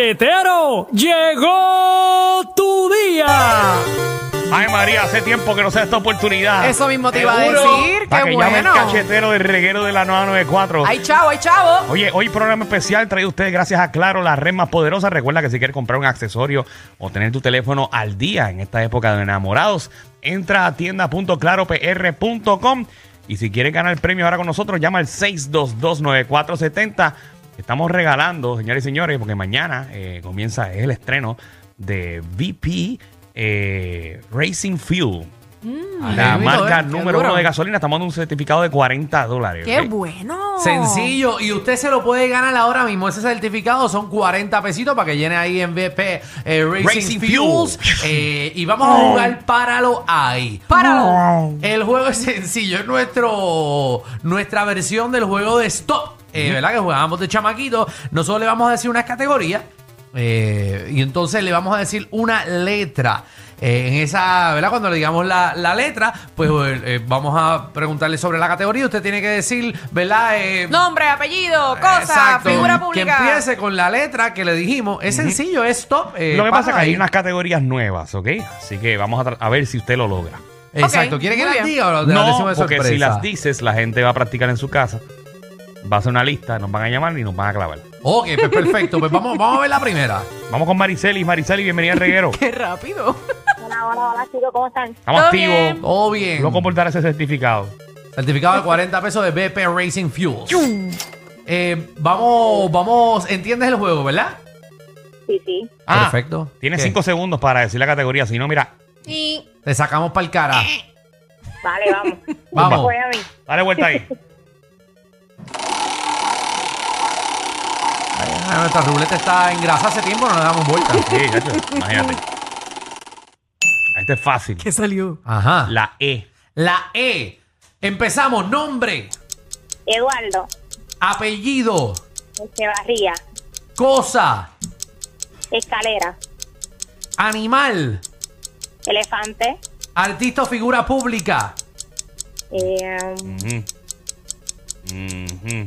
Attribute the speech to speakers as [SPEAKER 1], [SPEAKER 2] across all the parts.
[SPEAKER 1] ¡Cachetero! ¡Llegó tu día!
[SPEAKER 2] Ay, María, hace tiempo que no se da esta oportunidad.
[SPEAKER 3] Eso mismo te iba a
[SPEAKER 2] Seguro.
[SPEAKER 3] decir,
[SPEAKER 2] Para
[SPEAKER 3] qué
[SPEAKER 2] que llame
[SPEAKER 3] bueno.
[SPEAKER 2] el cachetero del reguero de la 994.
[SPEAKER 3] Ay, chavo, ay, chavo.
[SPEAKER 2] Oye, hoy programa especial traído a ustedes gracias a Claro, la red más poderosa. Recuerda que si quieres comprar un accesorio o tener tu teléfono al día en esta época de enamorados, entra a tienda.claropr.com y si quieres ganar el premio ahora con nosotros, llama al 6229470. Estamos regalando, señores y señores, porque mañana eh, comienza el estreno de VP eh, Racing Fuel. la
[SPEAKER 3] qué
[SPEAKER 2] marca
[SPEAKER 3] duro, Mm. qué
[SPEAKER 2] número
[SPEAKER 3] duro.
[SPEAKER 2] uno de gasolina. Estamos dando un certificado de 40 dólares.
[SPEAKER 3] Qué
[SPEAKER 2] ¿ok?
[SPEAKER 3] bueno.
[SPEAKER 4] Sencillo, y usted se lo puede ganar ahora mismo. Ese certificado son 40 pesitos para que llene ahí en BP eh, Racing,
[SPEAKER 2] Racing
[SPEAKER 4] Fuels.
[SPEAKER 2] Fuels. Oh.
[SPEAKER 4] Eh, y vamos a jugar Páralo ahí.
[SPEAKER 3] Páralo.
[SPEAKER 4] El juego es sencillo, es nuestro, nuestra versión del juego de Stop, eh, ¿verdad? Que jugábamos de chamaquito. Nosotros le vamos a decir unas categorías eh, y entonces le vamos a decir una letra. Eh, en esa, ¿verdad? Cuando le digamos la, la letra, pues eh, eh, vamos a preguntarle sobre la categoría. Usted tiene que decir, ¿verdad? Eh,
[SPEAKER 3] Nombre, apellido, cosa,
[SPEAKER 4] exacto,
[SPEAKER 3] figura
[SPEAKER 4] Que
[SPEAKER 3] pública.
[SPEAKER 4] empiece con la letra que le dijimos. Es sencillo, es stop. eh,
[SPEAKER 2] Lo que pasa es que
[SPEAKER 4] páralo
[SPEAKER 2] hay
[SPEAKER 4] ahí.
[SPEAKER 2] unas categorías nuevas, ¿ok? Así que vamos a, tra- a ver si usted lo logra.
[SPEAKER 4] Exacto.
[SPEAKER 3] Ok,
[SPEAKER 4] ¿Quiere que
[SPEAKER 3] muy
[SPEAKER 4] las
[SPEAKER 3] bien.
[SPEAKER 4] diga o las
[SPEAKER 2] No,
[SPEAKER 4] decimos de
[SPEAKER 2] porque
[SPEAKER 4] sorpresa?
[SPEAKER 2] si las dices, la gente va a practicar en su casa, va a hacer una lista, nos van a llamar y nos van a clavar.
[SPEAKER 4] Ok, pues perfecto. Pues vamos, vamos a ver la primera.
[SPEAKER 2] Vamos con Mariceli. Mariceli, bienvenida al reguero.
[SPEAKER 3] Qué rápido.
[SPEAKER 5] Hola, hola, hola chicos, ¿cómo están?
[SPEAKER 2] Estamos
[SPEAKER 3] Todo
[SPEAKER 2] activos.
[SPEAKER 3] bien.
[SPEAKER 4] Todo bien.
[SPEAKER 2] No comportar ese certificado.
[SPEAKER 4] Certificado de 40 pesos de BP Racing Fuels. Eh, vamos, vamos, entiendes el juego, ¿verdad?
[SPEAKER 5] Sí, sí.
[SPEAKER 2] Ah,
[SPEAKER 4] Perfecto.
[SPEAKER 2] Tienes
[SPEAKER 4] ¿Qué?
[SPEAKER 2] 5 segundos para decir la categoría. Si no, mira,
[SPEAKER 3] Y
[SPEAKER 4] Te sacamos para el cara.
[SPEAKER 5] Vale, vamos.
[SPEAKER 4] Vamos.
[SPEAKER 5] Voy a mí.
[SPEAKER 2] dale vuelta ahí.
[SPEAKER 4] Ah, nuestra ruleta está en grasa hace tiempo, no le damos vuelta.
[SPEAKER 2] Sí, chacho, imagínate. Este es fácil.
[SPEAKER 3] ¿Qué salió?
[SPEAKER 4] Ajá. La,
[SPEAKER 2] La E.
[SPEAKER 4] la E. Empezamos. Nombre,
[SPEAKER 5] Eduardo
[SPEAKER 4] apellido,
[SPEAKER 5] Echevarría,
[SPEAKER 4] cosa,
[SPEAKER 5] escalera,
[SPEAKER 4] animal,
[SPEAKER 5] elefante,
[SPEAKER 4] artista o figura pública.
[SPEAKER 5] eh,
[SPEAKER 2] Ujú. Ujú.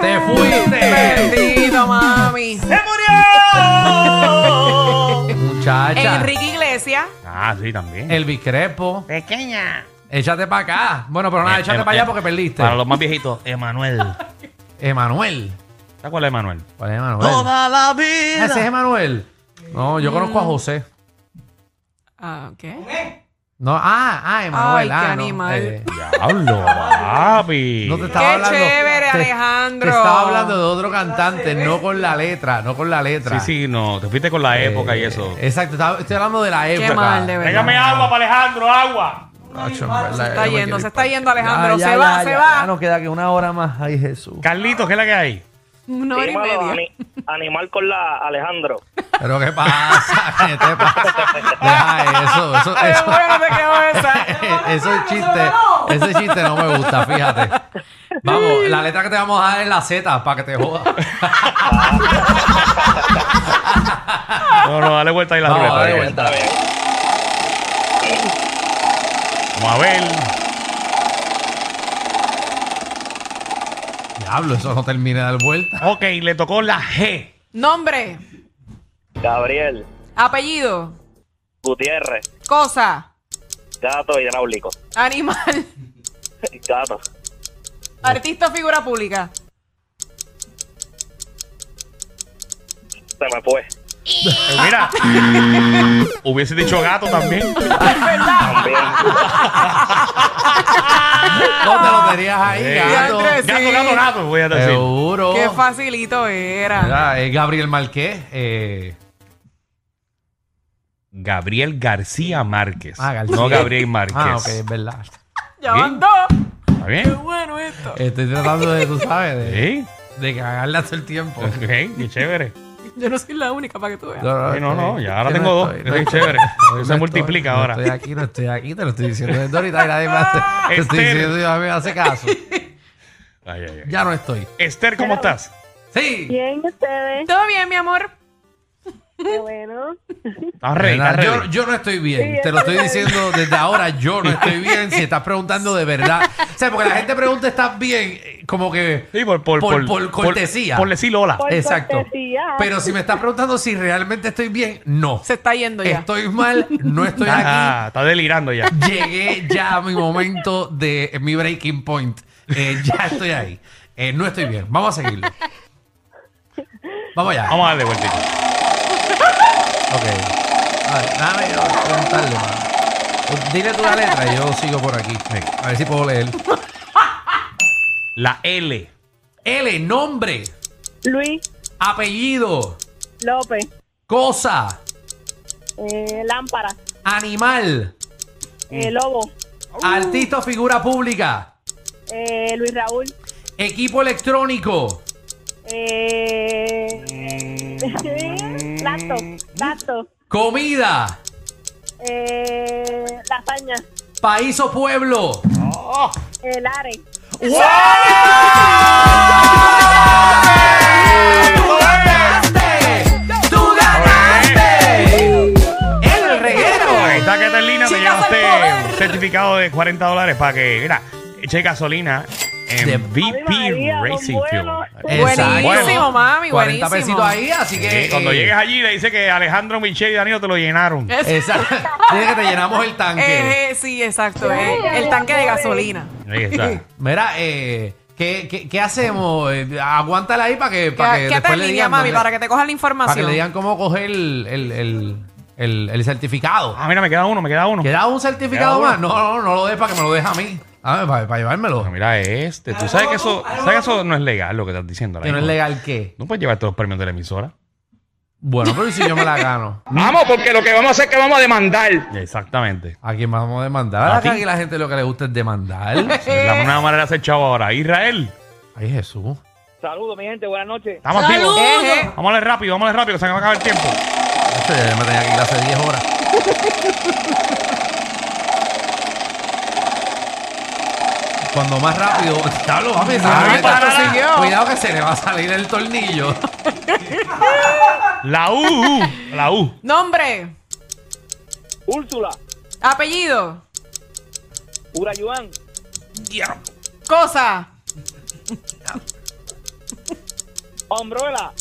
[SPEAKER 4] Te fuiste.
[SPEAKER 3] Bendito, mami.
[SPEAKER 4] Muchacha.
[SPEAKER 3] Enrique Iglesias.
[SPEAKER 2] Ah, sí, también.
[SPEAKER 3] Eh.
[SPEAKER 4] Elvis Crespo.
[SPEAKER 2] Pequeña.
[SPEAKER 4] Échate para acá. Bueno, pero nada, échate
[SPEAKER 2] Em-
[SPEAKER 4] para
[SPEAKER 2] em-
[SPEAKER 4] allá porque perdiste.
[SPEAKER 2] Para los más viejitos, Emanuel.
[SPEAKER 4] Emanuel.
[SPEAKER 2] ¿Te acuerdas de Emanuel?
[SPEAKER 4] ¿Cuál es Emanuel?
[SPEAKER 2] la
[SPEAKER 4] Ah,
[SPEAKER 2] vida.
[SPEAKER 4] Ese es Emanuel. No,
[SPEAKER 3] Mm.
[SPEAKER 4] yo conozco a José.
[SPEAKER 3] Ah, ¿qué?
[SPEAKER 4] No, ah, ah, Emanuel.
[SPEAKER 3] Ay,
[SPEAKER 4] ah,
[SPEAKER 3] qué
[SPEAKER 4] no.
[SPEAKER 3] animal.
[SPEAKER 4] Eh,
[SPEAKER 2] Diablo, papi.
[SPEAKER 4] no te
[SPEAKER 3] Qué
[SPEAKER 4] estaba hablando.
[SPEAKER 3] chévere,
[SPEAKER 4] te-
[SPEAKER 3] Alejandro.
[SPEAKER 4] Te estaba hablando de otro cantante, no con la letra, no con la letra.
[SPEAKER 2] Sí, sí, no. Te fuiste con la
[SPEAKER 4] Eh,
[SPEAKER 2] época y eso.
[SPEAKER 4] Exacto, estaba- estoy hablando de la época.
[SPEAKER 3] mal, de verdad.
[SPEAKER 2] Tráigame agua para Alejandro, agua.
[SPEAKER 4] Nacho, en verdad,
[SPEAKER 3] Se está
[SPEAKER 4] yo me
[SPEAKER 3] yendo,
[SPEAKER 4] quiero
[SPEAKER 3] se
[SPEAKER 4] ir
[SPEAKER 3] está
[SPEAKER 4] pa-
[SPEAKER 3] yendo, Alejandro.
[SPEAKER 4] Ya,
[SPEAKER 3] Se
[SPEAKER 4] ya,
[SPEAKER 3] va,
[SPEAKER 4] ya,
[SPEAKER 3] se
[SPEAKER 4] ya,
[SPEAKER 3] va.
[SPEAKER 4] ya nos queda que una hora más. Ay, Jesús.
[SPEAKER 2] Carlitos, ¿qué es la que hay?
[SPEAKER 3] Una hora y
[SPEAKER 6] Dímelo,
[SPEAKER 3] media.
[SPEAKER 6] ani- animal con la Alejandro.
[SPEAKER 4] Pero qué pasa, ¿qué te pasa? Deja eso, eso,
[SPEAKER 3] Ay,
[SPEAKER 4] eso.
[SPEAKER 3] bueno, te quedó esa.
[SPEAKER 4] Ese chiste, ese chiste no me gusta, fíjate. Vamos, la letra que te vamos a dar es la Z para que te jodas.
[SPEAKER 2] No, no, dale vuelta ahí la
[SPEAKER 4] Vamos,
[SPEAKER 2] ruleta.
[SPEAKER 4] dale
[SPEAKER 2] dale
[SPEAKER 4] vuelta.
[SPEAKER 6] Está bien.
[SPEAKER 2] vuelta. Vamos a ver.
[SPEAKER 4] Diablo, eso no termina de dar vuelta.
[SPEAKER 2] Ok, le tocó la G. Eh,
[SPEAKER 3] Nombre,
[SPEAKER 6] Gabriel,
[SPEAKER 3] apellido,
[SPEAKER 6] Gutiérrez,
[SPEAKER 3] cosa,
[SPEAKER 6] gato hidráulico.
[SPEAKER 3] animal,
[SPEAKER 6] Gato.
[SPEAKER 3] artista o figura pública.
[SPEAKER 6] Se me fue.
[SPEAKER 2] Eh, mira. Hubiese dicho gato también.
[SPEAKER 6] También.
[SPEAKER 4] No te lo tenías ahí,
[SPEAKER 2] Eh,
[SPEAKER 4] gato. Eh, oh.
[SPEAKER 3] Andrés.
[SPEAKER 2] Gato,
[SPEAKER 3] Sí.
[SPEAKER 2] gato, gato. Voy a decir.
[SPEAKER 4] Seguro.
[SPEAKER 3] Qué facilito era.
[SPEAKER 4] Mira, es Gabriel Marqués. eh,
[SPEAKER 2] Gabriel García Márquez.
[SPEAKER 4] ah, García.
[SPEAKER 2] No Gabriel Márquez.
[SPEAKER 4] Ah, ok, es verdad.
[SPEAKER 3] Ya van dos.
[SPEAKER 2] ¿Está
[SPEAKER 3] Qué
[SPEAKER 2] bien?
[SPEAKER 3] bueno esto.
[SPEAKER 4] Estoy tratando de, tú sabes, de,
[SPEAKER 2] Sí.
[SPEAKER 4] de cagarle hace el tiempo.
[SPEAKER 2] Ok, qué chévere.
[SPEAKER 3] Yo no soy la única para que tú veas.
[SPEAKER 2] Sí, no, no,
[SPEAKER 4] estoy-
[SPEAKER 2] ya ahora
[SPEAKER 4] yo
[SPEAKER 2] tengo dos.
[SPEAKER 4] estoy,
[SPEAKER 2] Eso es
[SPEAKER 4] estoy.
[SPEAKER 2] chévere.
[SPEAKER 4] Hoy no
[SPEAKER 2] Se
[SPEAKER 4] estoy,
[SPEAKER 2] multiplica
[SPEAKER 4] no
[SPEAKER 2] ahora.
[SPEAKER 4] Estoy aquí, no estoy aquí, te lo estoy diciendo desde ahorita y nadie me hace, te estoy
[SPEAKER 2] Esther.
[SPEAKER 4] diciendo y nadie me hace caso.
[SPEAKER 2] Ay, ay, ay.
[SPEAKER 4] Ya no estoy.
[SPEAKER 2] Esther, ¿cómo estás?
[SPEAKER 4] Sí.
[SPEAKER 5] bien, ustedes.
[SPEAKER 3] ¿Todo bien, mi amor?
[SPEAKER 5] Qué bueno.
[SPEAKER 2] Estás ready, estás ready.
[SPEAKER 4] Yo, yo no estoy bien. Te lo estoy diciendo desde ahora. Yo no estoy bien. Si estás preguntando de verdad. O sea, porque la gente pregunta, ¿estás bien? Eh, Como que.
[SPEAKER 2] Sí, por, por, por,
[SPEAKER 4] por cortesía.
[SPEAKER 2] Por, por decir hola.
[SPEAKER 5] Por
[SPEAKER 4] Exacto.
[SPEAKER 5] cortesía.
[SPEAKER 4] Pero si me estás preguntando si realmente estoy bien, no.
[SPEAKER 3] Se está yendo ya.
[SPEAKER 4] Estoy mal, no estoy aquí.
[SPEAKER 2] Ah, está delirando ya.
[SPEAKER 4] Llegué ya a mi momento de mi breaking point. Eh, ya estoy ahí. Eh, no estoy bien. Vamos a seguirlo. Vamos allá.
[SPEAKER 2] Vamos a darle vueltita.
[SPEAKER 4] Ok. A ver, dame yo preguntarle, mano. Dile tú la letra y yo sigo por aquí. A ver si puedo leer.
[SPEAKER 2] La L.
[SPEAKER 4] L, nombre,
[SPEAKER 5] Luis
[SPEAKER 4] apellido,
[SPEAKER 5] López.
[SPEAKER 4] cosa,
[SPEAKER 5] Eh, lámpara.
[SPEAKER 4] animal,
[SPEAKER 5] Eh, Lobo.
[SPEAKER 3] Uh.
[SPEAKER 4] artista o figura pública,
[SPEAKER 5] Eh, Luis Raúl.
[SPEAKER 4] equipo electrónico,
[SPEAKER 5] Eh, Lato. Lato.
[SPEAKER 4] comida,
[SPEAKER 5] Eh, lasaña.
[SPEAKER 4] país o pueblo.
[SPEAKER 5] Eh, Lare.
[SPEAKER 4] ¡Tú ganaste! ¡Tú ganaste! ¡El
[SPEAKER 2] Ahí
[SPEAKER 4] reguero!
[SPEAKER 2] está que Catalina te
[SPEAKER 3] Chicas
[SPEAKER 2] llevaste
[SPEAKER 3] al poder.
[SPEAKER 2] un certificado de 40 dólares para que, mira, eche gasolina en
[SPEAKER 4] De-
[SPEAKER 2] VP
[SPEAKER 5] Ave María, don
[SPEAKER 2] Racing Fuel.
[SPEAKER 5] bueno.
[SPEAKER 4] Exacto.
[SPEAKER 3] Buenísimo, mami,
[SPEAKER 4] 40
[SPEAKER 3] buenísimo.
[SPEAKER 4] pesitos ahí, así que...
[SPEAKER 2] Sí, cuando
[SPEAKER 4] eh,
[SPEAKER 2] llegues allí le dice que Alejandro, Michelle y Danilo te lo llenaron.
[SPEAKER 3] Es-
[SPEAKER 4] Exacto. Dice que te llenamos el tanque.
[SPEAKER 3] Eh, eh, sí, exacto. eh, el tanque de gasolina.
[SPEAKER 2] Ahí está.
[SPEAKER 4] Mira, eh, ¿qué, qué, qué hacemos? Eh, Aguántala ahí para que, para que
[SPEAKER 3] ¿Qué
[SPEAKER 4] después
[SPEAKER 3] te
[SPEAKER 4] le
[SPEAKER 3] línea,
[SPEAKER 4] digan
[SPEAKER 3] mami,
[SPEAKER 4] dónde-
[SPEAKER 3] para que te cojan la
[SPEAKER 4] para que
[SPEAKER 3] información.
[SPEAKER 4] le digan cómo coger el, el, el, el- el certificado.
[SPEAKER 2] Ah, mira, me queda uno, me queda uno.
[SPEAKER 4] ¿Queda un certificado
[SPEAKER 2] Queda
[SPEAKER 4] más?
[SPEAKER 2] uno.
[SPEAKER 4] No, no, no lo dejes para que me lo dejes a mí. Ah, para, para llevármelo.
[SPEAKER 2] Ah, Mira este. Tú sabes que eso, sabes que eso no es legal lo que estás diciendo. ahora
[SPEAKER 4] Que no es
[SPEAKER 2] mismo.
[SPEAKER 4] legal qué.
[SPEAKER 2] No puedes llevar todos los premios de la emisora.
[SPEAKER 4] Bueno, pero ¿y si yo me la gano?
[SPEAKER 7] Vamos, porque lo que vamos a hacer es que vamos a demandar.
[SPEAKER 2] Exactamente.
[SPEAKER 4] ¿A quién vamos a demandar?
[SPEAKER 2] ¿A
[SPEAKER 4] Acá
[SPEAKER 2] ti?
[SPEAKER 4] Aquí la gente lo que le gusta es demandar.
[SPEAKER 2] Es la única manera de hacer chavo ahora. Israel,
[SPEAKER 4] Ay, Jesús.
[SPEAKER 6] Saludos, mi gente. Buenas noches.
[SPEAKER 2] estamos activos.
[SPEAKER 3] Eh, eh.
[SPEAKER 2] Vámonos rápido, vámonos rápido, que se nos va a acabar el tiempo.
[SPEAKER 4] Eso ya me tenía que ir hace 10 horas. Cuando más rápido. Diablo, papi, se
[SPEAKER 2] Ay,
[SPEAKER 4] me está
[SPEAKER 2] para nada.
[SPEAKER 4] persiguiendo. Cuidado que se le va a salir el tornillo.
[SPEAKER 2] La U, la U.
[SPEAKER 3] Nombre,
[SPEAKER 6] Úrsula,
[SPEAKER 3] apellido,
[SPEAKER 6] Urayuan,
[SPEAKER 3] cosa,
[SPEAKER 6] Hombruela.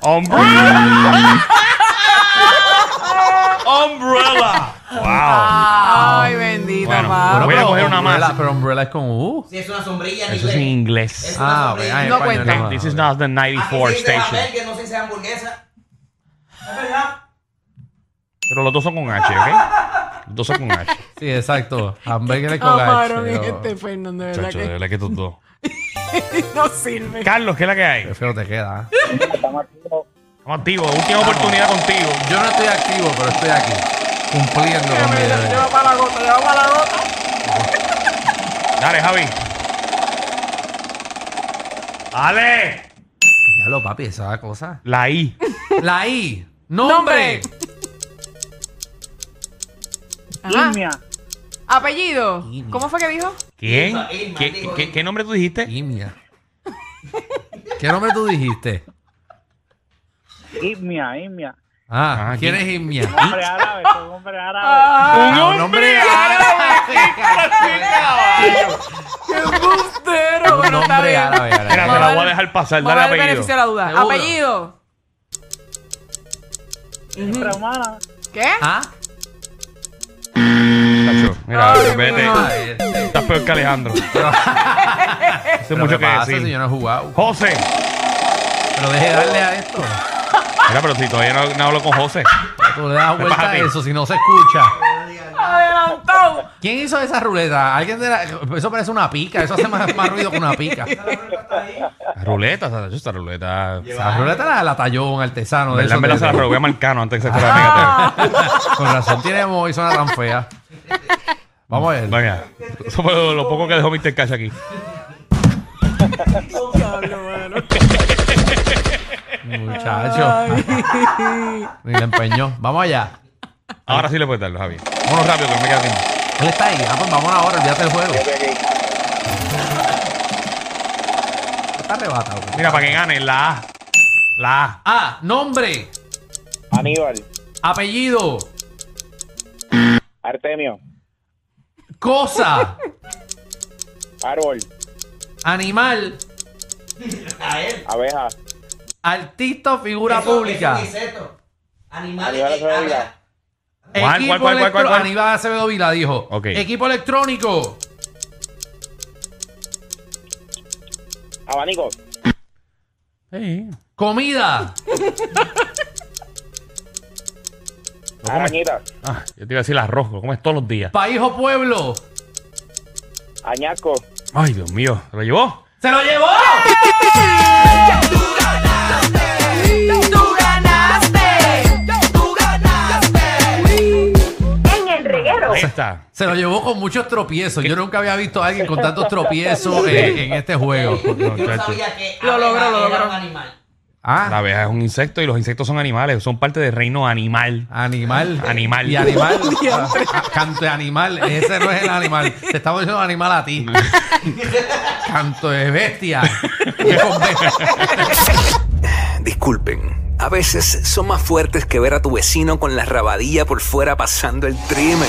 [SPEAKER 2] Umbrella. Umbrella. Wow.
[SPEAKER 4] Ah.
[SPEAKER 3] Ay, bendito,
[SPEAKER 2] Bueno,
[SPEAKER 3] papá.
[SPEAKER 2] Voy a
[SPEAKER 4] pero
[SPEAKER 2] coger una
[SPEAKER 4] umbrella-
[SPEAKER 2] más.
[SPEAKER 4] Pero umbrella es con U.
[SPEAKER 8] Si es una sombrilla en
[SPEAKER 2] Eso es
[SPEAKER 8] inglés.
[SPEAKER 2] en inglés.
[SPEAKER 4] Ah, ok. Ah, en
[SPEAKER 3] No
[SPEAKER 4] español,
[SPEAKER 3] cuenta.
[SPEAKER 4] no, no,
[SPEAKER 2] This is
[SPEAKER 4] no.
[SPEAKER 2] not the
[SPEAKER 8] Aquí
[SPEAKER 2] 94
[SPEAKER 8] se dice
[SPEAKER 2] station.
[SPEAKER 8] Babel, que no se dice hamburguesa. ¿Es verdad?
[SPEAKER 2] Pero los dos son con H, ¿ok? Los dos son con H.
[SPEAKER 4] Sí, exacto. Hamburger es pues, con H.
[SPEAKER 3] Amaron
[SPEAKER 4] pero-
[SPEAKER 3] este Fernando, de verdad
[SPEAKER 2] Chacho, de
[SPEAKER 3] que
[SPEAKER 2] verdad que estos dos.
[SPEAKER 3] no sirve.
[SPEAKER 2] Carlos, ¿qué es la que hay?
[SPEAKER 4] Qué feo te queda. ¿eh?
[SPEAKER 2] Estamos activos. Última oportunidad contigo.
[SPEAKER 4] Yo no estoy activo, pero estoy aquí. Cumpliendo con mi deber.
[SPEAKER 3] Lleva para la gota, lleva para la gota.
[SPEAKER 2] Dale, Javi. Dale.
[SPEAKER 4] Diablo, papi, esa cosa.
[SPEAKER 2] La I.
[SPEAKER 4] La I. Nombre.
[SPEAKER 3] Nombre. Ajá. Apellido.
[SPEAKER 4] Inia.
[SPEAKER 3] ¿Cómo fue que dijo?
[SPEAKER 2] ¿Quién?
[SPEAKER 8] Irma, Irma,
[SPEAKER 2] ¿Qué,
[SPEAKER 8] digo,
[SPEAKER 2] qué-
[SPEAKER 8] Irma.
[SPEAKER 2] qué nombre tú dijiste?
[SPEAKER 4] Imia. ¿Qué nombre tú dijiste?
[SPEAKER 6] Imia, Imia.
[SPEAKER 4] Ah,
[SPEAKER 2] Ah,
[SPEAKER 4] ¿quién
[SPEAKER 2] ¿quién?
[SPEAKER 4] es Imia?
[SPEAKER 6] Hombre árabe, soy hombre árabe.
[SPEAKER 3] ¡Ah!
[SPEAKER 4] Ah, un hombre árabe.
[SPEAKER 3] ¡Qué embustero!
[SPEAKER 4] Un
[SPEAKER 3] Bueno, está
[SPEAKER 4] hombre
[SPEAKER 3] bien.
[SPEAKER 4] árabe, árabe.
[SPEAKER 2] Espera, te
[SPEAKER 3] Vamos
[SPEAKER 2] la
[SPEAKER 3] a
[SPEAKER 2] voy a
[SPEAKER 3] ver-
[SPEAKER 2] dejar pasar.
[SPEAKER 3] Vamos a dar
[SPEAKER 2] Dale
[SPEAKER 3] el beneficio de
[SPEAKER 2] apellido.
[SPEAKER 3] la duda.
[SPEAKER 4] Seguro.
[SPEAKER 3] Apellido.
[SPEAKER 6] Romana.
[SPEAKER 3] ¿Qué?
[SPEAKER 4] ¿Ah?
[SPEAKER 2] Chacho, Mira,
[SPEAKER 3] Ay,
[SPEAKER 2] vete.
[SPEAKER 3] mi madre.
[SPEAKER 4] Ay, este.
[SPEAKER 2] Estás peor que Alejandro. Hace
[SPEAKER 4] Pero
[SPEAKER 2] mucho
[SPEAKER 4] ¿qué
[SPEAKER 2] que
[SPEAKER 4] pasa
[SPEAKER 2] decir.
[SPEAKER 4] si yo no he jugado?
[SPEAKER 2] José.
[SPEAKER 4] Pero deje de darle a esto.
[SPEAKER 2] Mira, pero si todavía no, no hablo con José.
[SPEAKER 4] Tú le das
[SPEAKER 2] Me
[SPEAKER 4] vuelta
[SPEAKER 2] pasa a
[SPEAKER 4] a
[SPEAKER 2] ti.
[SPEAKER 4] eso si no se escucha.
[SPEAKER 3] Adelantado.
[SPEAKER 4] ¿Quién hizo esa ruleta? ¿Alguien de la... Eso parece una pica. Eso hace más, más ruido que una pica.
[SPEAKER 2] La ruleta, chacho, esta ruleta.
[SPEAKER 4] La ruleta la, la talló un artesano. De
[SPEAKER 2] ¿Verdad?
[SPEAKER 4] esos
[SPEAKER 2] En verdad
[SPEAKER 4] de-
[SPEAKER 2] se la robé a Marcano antes que se fuera a
[SPEAKER 4] Con razón tenemos y suena tan fea. Vamos a ver.
[SPEAKER 2] Venga, eso fue lo, lo poco que dejó Mr. Cash aquí.
[SPEAKER 4] Muchacho. Ni le empeñó. Vamos allá.
[SPEAKER 2] Ahora sí le puedes darlo, Javi. Vámonos rápido, que no me queda tiempo.
[SPEAKER 4] Él está ahí. Ah, pues vamos ahora. Olvídate del juego. Está arrebatado.
[SPEAKER 2] Mira, para que gane, la A. La A.
[SPEAKER 4] Ah, nombre.
[SPEAKER 6] Aníbal.
[SPEAKER 4] Apellido.
[SPEAKER 6] Artemio.
[SPEAKER 4] Cosa.
[SPEAKER 6] Árbol.
[SPEAKER 4] Animal.
[SPEAKER 8] A él.
[SPEAKER 6] Abeja.
[SPEAKER 4] Artista o figura
[SPEAKER 8] Eso-
[SPEAKER 4] pública.
[SPEAKER 8] eso es un insecto. Animales.
[SPEAKER 6] Aníbal
[SPEAKER 8] que
[SPEAKER 6] Acevedo
[SPEAKER 8] hablan.
[SPEAKER 6] Vila.
[SPEAKER 2] ¿Cuál,
[SPEAKER 4] Equipo
[SPEAKER 2] cuál, cuál, cuál, cuál,
[SPEAKER 4] electro-
[SPEAKER 2] cuál?
[SPEAKER 4] Aníbal Acevedo Vila dijo.
[SPEAKER 2] Ok.
[SPEAKER 4] Equipo electrónico.
[SPEAKER 6] Abanico.
[SPEAKER 2] Sí.
[SPEAKER 4] Comida.
[SPEAKER 2] Lo comes-
[SPEAKER 6] Arañita.
[SPEAKER 2] Ah, yo te iba a decir arroz, lo comes todos los días.
[SPEAKER 4] País o pueblo.
[SPEAKER 6] Añasco.
[SPEAKER 2] Ay, Dios mío, ¿se lo llevó?
[SPEAKER 4] ¡Se lo llevó!
[SPEAKER 3] Tú ganaste. Tú ganaste.
[SPEAKER 5] En el reguero.
[SPEAKER 2] Ahí está.
[SPEAKER 4] Se lo llevó con muchos tropiezos. Yo nunca había visto a alguien con tantos tropiezos eh, en este juego.
[SPEAKER 2] No,
[SPEAKER 8] Yo no
[SPEAKER 2] chacho.
[SPEAKER 8] sabía que
[SPEAKER 3] Lo logró,
[SPEAKER 8] abeja
[SPEAKER 3] lo
[SPEAKER 8] era
[SPEAKER 3] logró.
[SPEAKER 8] un animal.
[SPEAKER 2] La
[SPEAKER 4] Ah,
[SPEAKER 2] abeja es un insecto y los insectos son animales, son parte del reino animal.
[SPEAKER 4] animal.
[SPEAKER 2] Animal.
[SPEAKER 4] Y animal. Ah, Canto de animal. Ese no es el animal. Te estamos diciendo animal a ti. Canto de bestia. Qué hombre.
[SPEAKER 9] Disculpen, a veces son más fuertes que ver a tu vecino con la rabadilla por fuera pasando el trimen.